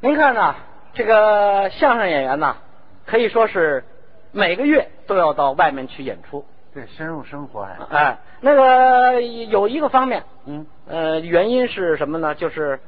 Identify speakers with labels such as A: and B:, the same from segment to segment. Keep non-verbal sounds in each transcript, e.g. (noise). A: 您看呐，这个相声演员呐，可以说是每个月都要到外面去演出。
B: 对，深入生活呀、
A: 哎，那个有一个方面，
B: 啊嗯，
A: 呃，原因是什么呢？就是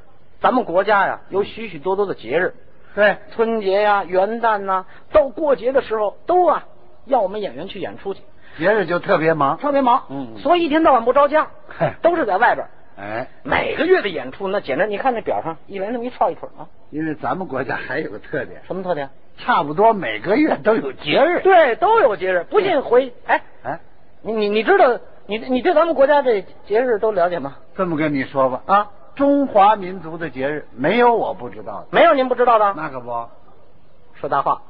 A: 咱们国家呀，
B: 嗯
A: 有许许多多的节日，
B: 对，
A: 春节呀、元旦呐、到过节的时候都啊要我们演员去演出去，
B: 节日就特别忙。
A: 特别忙，
B: 嗯嗯
A: 所以一天到晚不着家
B: 嗨，
A: 都是在外边儿。
B: 哎，
A: 每个月的演出，那简直你看那表上一连那么一串一腿儿啊，
B: 因为咱们国家还有个特点，
A: 什么特点？
B: 差不多每个月都有节日。
A: 对，都有节日，不信回哎，
B: 哎，
A: 你你你知道你你对咱们国家这节日都了解吗？
B: 这么跟你说吧，
A: 啊，
B: 中华民族的节日没有我不知道的。
A: 没有您不知道的，
B: 那可不，
A: 说大话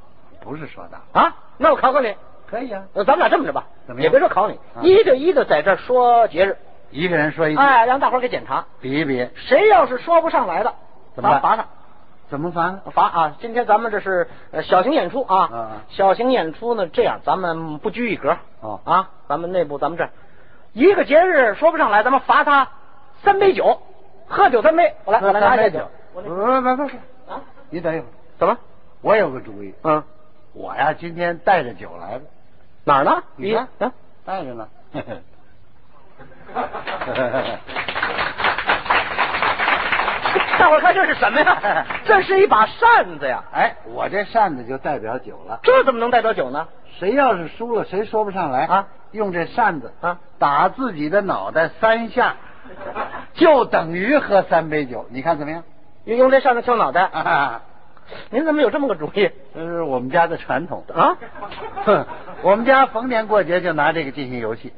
B: 不是说的，
A: 啊！那我考考你，
B: 可以啊，
A: 呃咱们俩这么着吧
B: 怎，么样
A: 也别说考你，
B: 啊
A: 一对一的在这儿说节日，
B: 一个人说一句，
A: 哎，让大伙儿给检查，
B: 比一比，
A: 谁要是说不上来的，
B: 怎么
A: 咱
B: 办
A: 罚他。
B: 怎么烦？
A: 罚啊！今天咱们这是呃小型演出啊，
B: 嗯
A: 小型演出呢，这样咱们不拘一格
B: 哦
A: 啊，咱们内部咱们这儿一个节日说不上来，咱们罚他三杯酒，喝酒三杯。我来，我来拿一下
B: 杯
A: 酒
B: 酒。
A: 我
B: 不
A: 那
B: 不不不不，
A: 啊，
B: 你等一会儿，
A: 怎么？
B: 我有个主意，
A: 嗯，
B: 我呀今天带着酒来的，
A: 哪儿呢？
B: 你看
A: 啊，
B: 带着呢。
A: 大伙儿看这是什么呀？这是一把扇子呀！
B: (laughs) 哎，我这扇子就代表酒了。
A: 这怎么能代表酒呢？
B: 谁要是输了，谁说不上来
A: 啊？
B: 用这扇子
A: 啊
B: 打自己的脑袋三下，就等于喝三杯酒。你看怎 (laughs) 么样？
A: 用用这扇子敲脑
B: (laughs)
A: 袋。
B: 啊，
A: 您怎么有这么个主意
B: 这是我们家的传统。
A: 啊？
B: 哼， (laughs) 我们家逢年过节就拿这个进行游戏，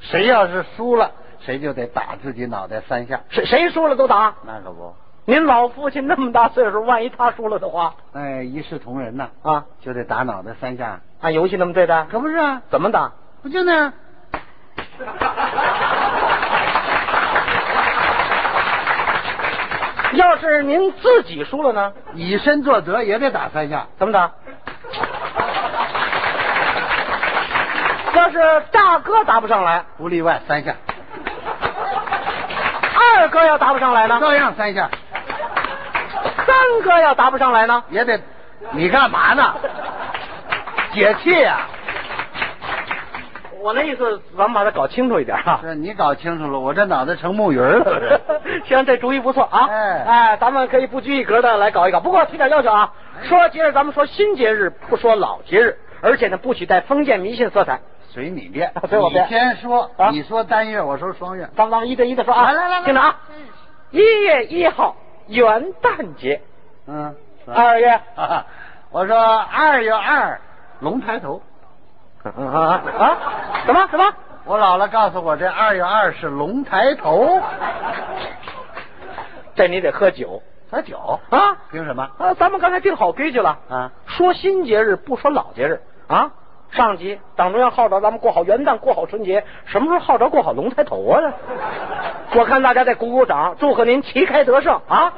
B: 谁要是输了，谁就得打自己脑袋三下。
A: 谁谁输了都打。
B: 那可不，
A: 您老父亲那么大岁数，万一他输了的话
B: 哎，一视同仁呐，
A: 啊，
B: 就得打脑袋三下。
A: 按游戏那么对待，
B: 可不是啊，
A: 怎么打？
B: 不就那样？
A: 要是您自己输了呢，
B: 以身作则也得打三下。
A: 怎么打？要是大哥答不上来，
B: 不例外，三下，
A: 二哥要答不上来呢，
B: 照样三下，
A: 三哥要答不上来呢，
B: 也得。你干嘛呢？解气啊呀、
A: 我那意思，咱们把它搞清楚一点啊。
B: 这你搞清楚了，我这脑袋成木鱼儿了。这
A: (laughs)
B: 是
A: 行，这主意不错啊！
B: 哎
A: 哎，咱们可以不拘一格的来搞一搞，不过提点要求啊。
B: 哎
A: 说节日，咱们说新节日，不说老节日，而且呢，不许带封建迷信色彩。
B: 随你便
A: 啊随我便
B: 你先说，
A: 啊
B: 你说单月，我说双月。
A: 咱们咱们一对一的说啊，
B: 来来来来嗯
A: 听着啊，一月一号元旦节，
B: 嗯，是吧
A: 二月
B: 啊 (laughs) 我说二月二，龙抬头。
A: 啊啊什么什么？
B: 我姥姥告诉我，这二月二是龙抬头。
A: 这你得喝酒
B: 喝酒
A: 啊
B: 凭什么？
A: 啊！咱们刚才定好规矩了
B: 啊，
A: 说新节日不说老节日啊。上集党中央号召咱们过好元旦，过好春节，什么时候号召过好龙抬头啊？我看大家再鼓鼓掌，祝贺您旗开得胜啊！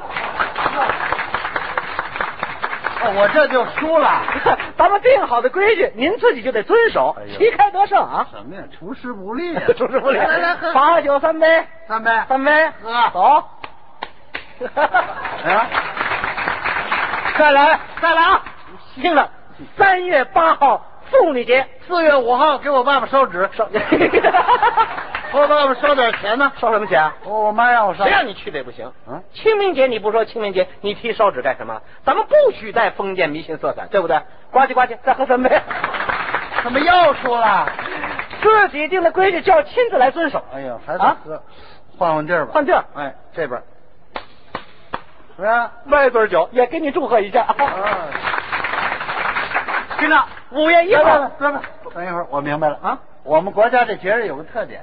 B: 啊我这就输了。
A: 咱们定好的规矩，您自己就得遵守
B: 哎，呦
A: 旗开得胜啊！！
B: 什么呀？厨师不利呀
A: (laughs) 主持不了，
B: 来来喝
A: 罚酒三杯，
B: 三杯。
A: 三杯，
B: 喝
A: 走。 (laughs)
B: 啊，
A: 再来，再来啊！听着，三月八号妇女 (laughs) 节，
B: 四月五号给我爸爸烧纸， (laughs)
A: 烧
B: 给我爸爸烧点钱呢。哦
A: 烧什么钱？
B: 我我妈让我烧。
A: 谁让你去的也不行。
B: 嗯
A: 清明节你不说清明节，你提烧纸干什么？咱们不许带封建迷信色彩，对不对？呱唧呱唧，再喝三 (laughs) 杯。
B: 怎么又输了？
A: 自己定的规矩就要亲自来遵守。
B: 哎呀，还得
A: 啊，
B: 喝，换换地儿吧。
A: 换地儿
B: 哎，这边儿。是吧？
A: 外樽酒也给你祝贺一下。
B: 啊，
A: (laughs) 哎听着，五月一号，
B: 等等，等一会儿，我明白了啊。我们国家这节日有个特点，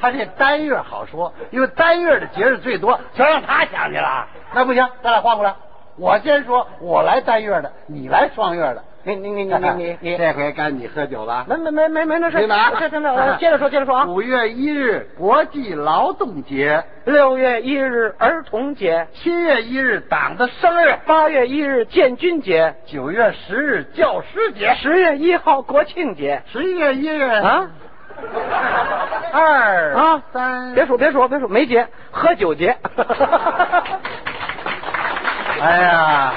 B: 它这单月好说，因为单月的节日最多，全让他想去
A: 啊
B: 了。那不行，咱俩换过来，我先说，我来单月的，你来双月的。
A: 你你你你你你 (laughs) 你，
B: (laughs) 这回该你喝酒了。
A: 没没没没没那事，
B: 没拿，
A: 这真的，接着说接着说啊。
B: 五月一日国际劳动节，
A: 六月一日儿童节，
B: 七月一日党的生日，
A: 八月一日建军节，
B: 九月十日教师节，
A: 十月一号国庆节。
B: 十一月一日
A: 啊，
B: 二
A: 啊
B: 三，
A: 别数别数别数，没节，喝酒节。
B: 哎呀，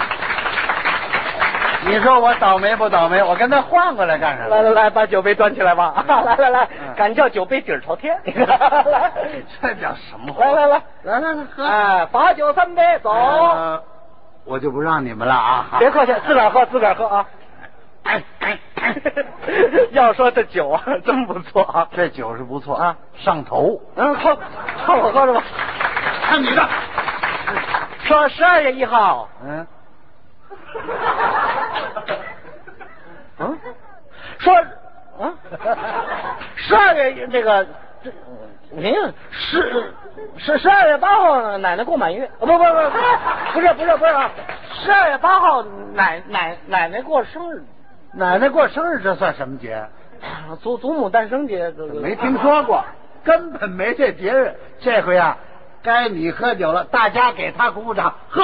B: 你说我倒霉不倒霉？我跟他换过来干什
A: (laughs)
B: 么？
A: 来来来，把酒杯端起来吧！ (laughs) 啊来来来
B: 嗯，
A: 敢叫酒杯底儿朝天！ (laughs) 来，
B: (laughs) 这叫什么话？
A: 来来来，
B: 来来来，喝！
A: 哎，罚酒三杯，走！
B: 呃我就不让你们了啊！
A: 别客气，自个儿喝，自个儿喝啊！ (laughs)
B: 哎哎哎
A: 要说这酒啊，真不错啊！
B: 这酒是不错
A: 啊，
B: 上头。
A: 嗯，喝，看我喝着吧。
B: 看你的，
A: 说十二月一号，
B: 嗯 (laughs)
A: 嗯，说，嗯，十二月一这个，这您十十十二月八号奶奶过满月，啊不不不，不是不是不是啊，十二月八号奶奶奶奶过生日，
B: 奶奶过生日，这算什么节？
A: 祖祖母诞生节，这个
B: 没听说过，根本没这节日。这回啊，该你喝酒了，大家给他鼓鼓掌，喝。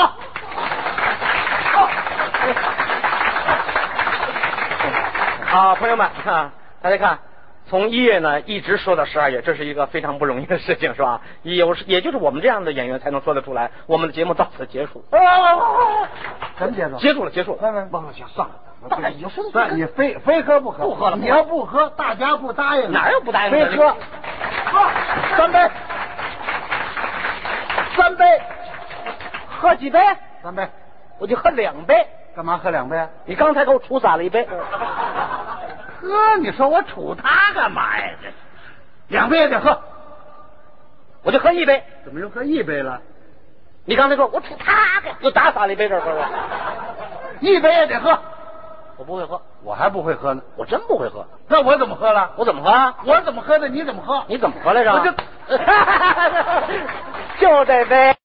A: 啊，朋友们啊，大家看，从一月呢一直说到十二月，这是一个非常不容易的事情，是吧？有也就是我们这样的演员才能说得出来。我们的节目到此结束，
B: 什么节奏？
A: 结束了，结束了。
B: 没忘了，行，算了。
A: 哎呦说得
B: 算了你非非喝不喝，
A: 不喝了不喝
B: 你要不喝，大家不答应。
A: 哪有不答应的
B: 非喝，
A: 喝三杯，三杯，喝几杯？
B: 三杯，
A: 我就喝两杯。
B: 干嘛喝两杯啊？
A: 你刚才给我杵洒了一杯，
B: 喝，你说我杵他干嘛呀？这两杯也得喝，
A: 我就喝一杯。
B: 怎么又喝一杯了？
A: 你刚才说我杵他给，又打洒了一杯这儿喝我，
B: 一杯也得喝，
A: 我不会喝，
B: 我还不会喝呢，
A: 我真不会喝，
B: 那我怎么喝了？
A: 我怎么喝啊？
B: 我怎么喝的？你怎么喝？
A: 你怎么喝来着？
B: 我就
A: (laughs) 就这杯。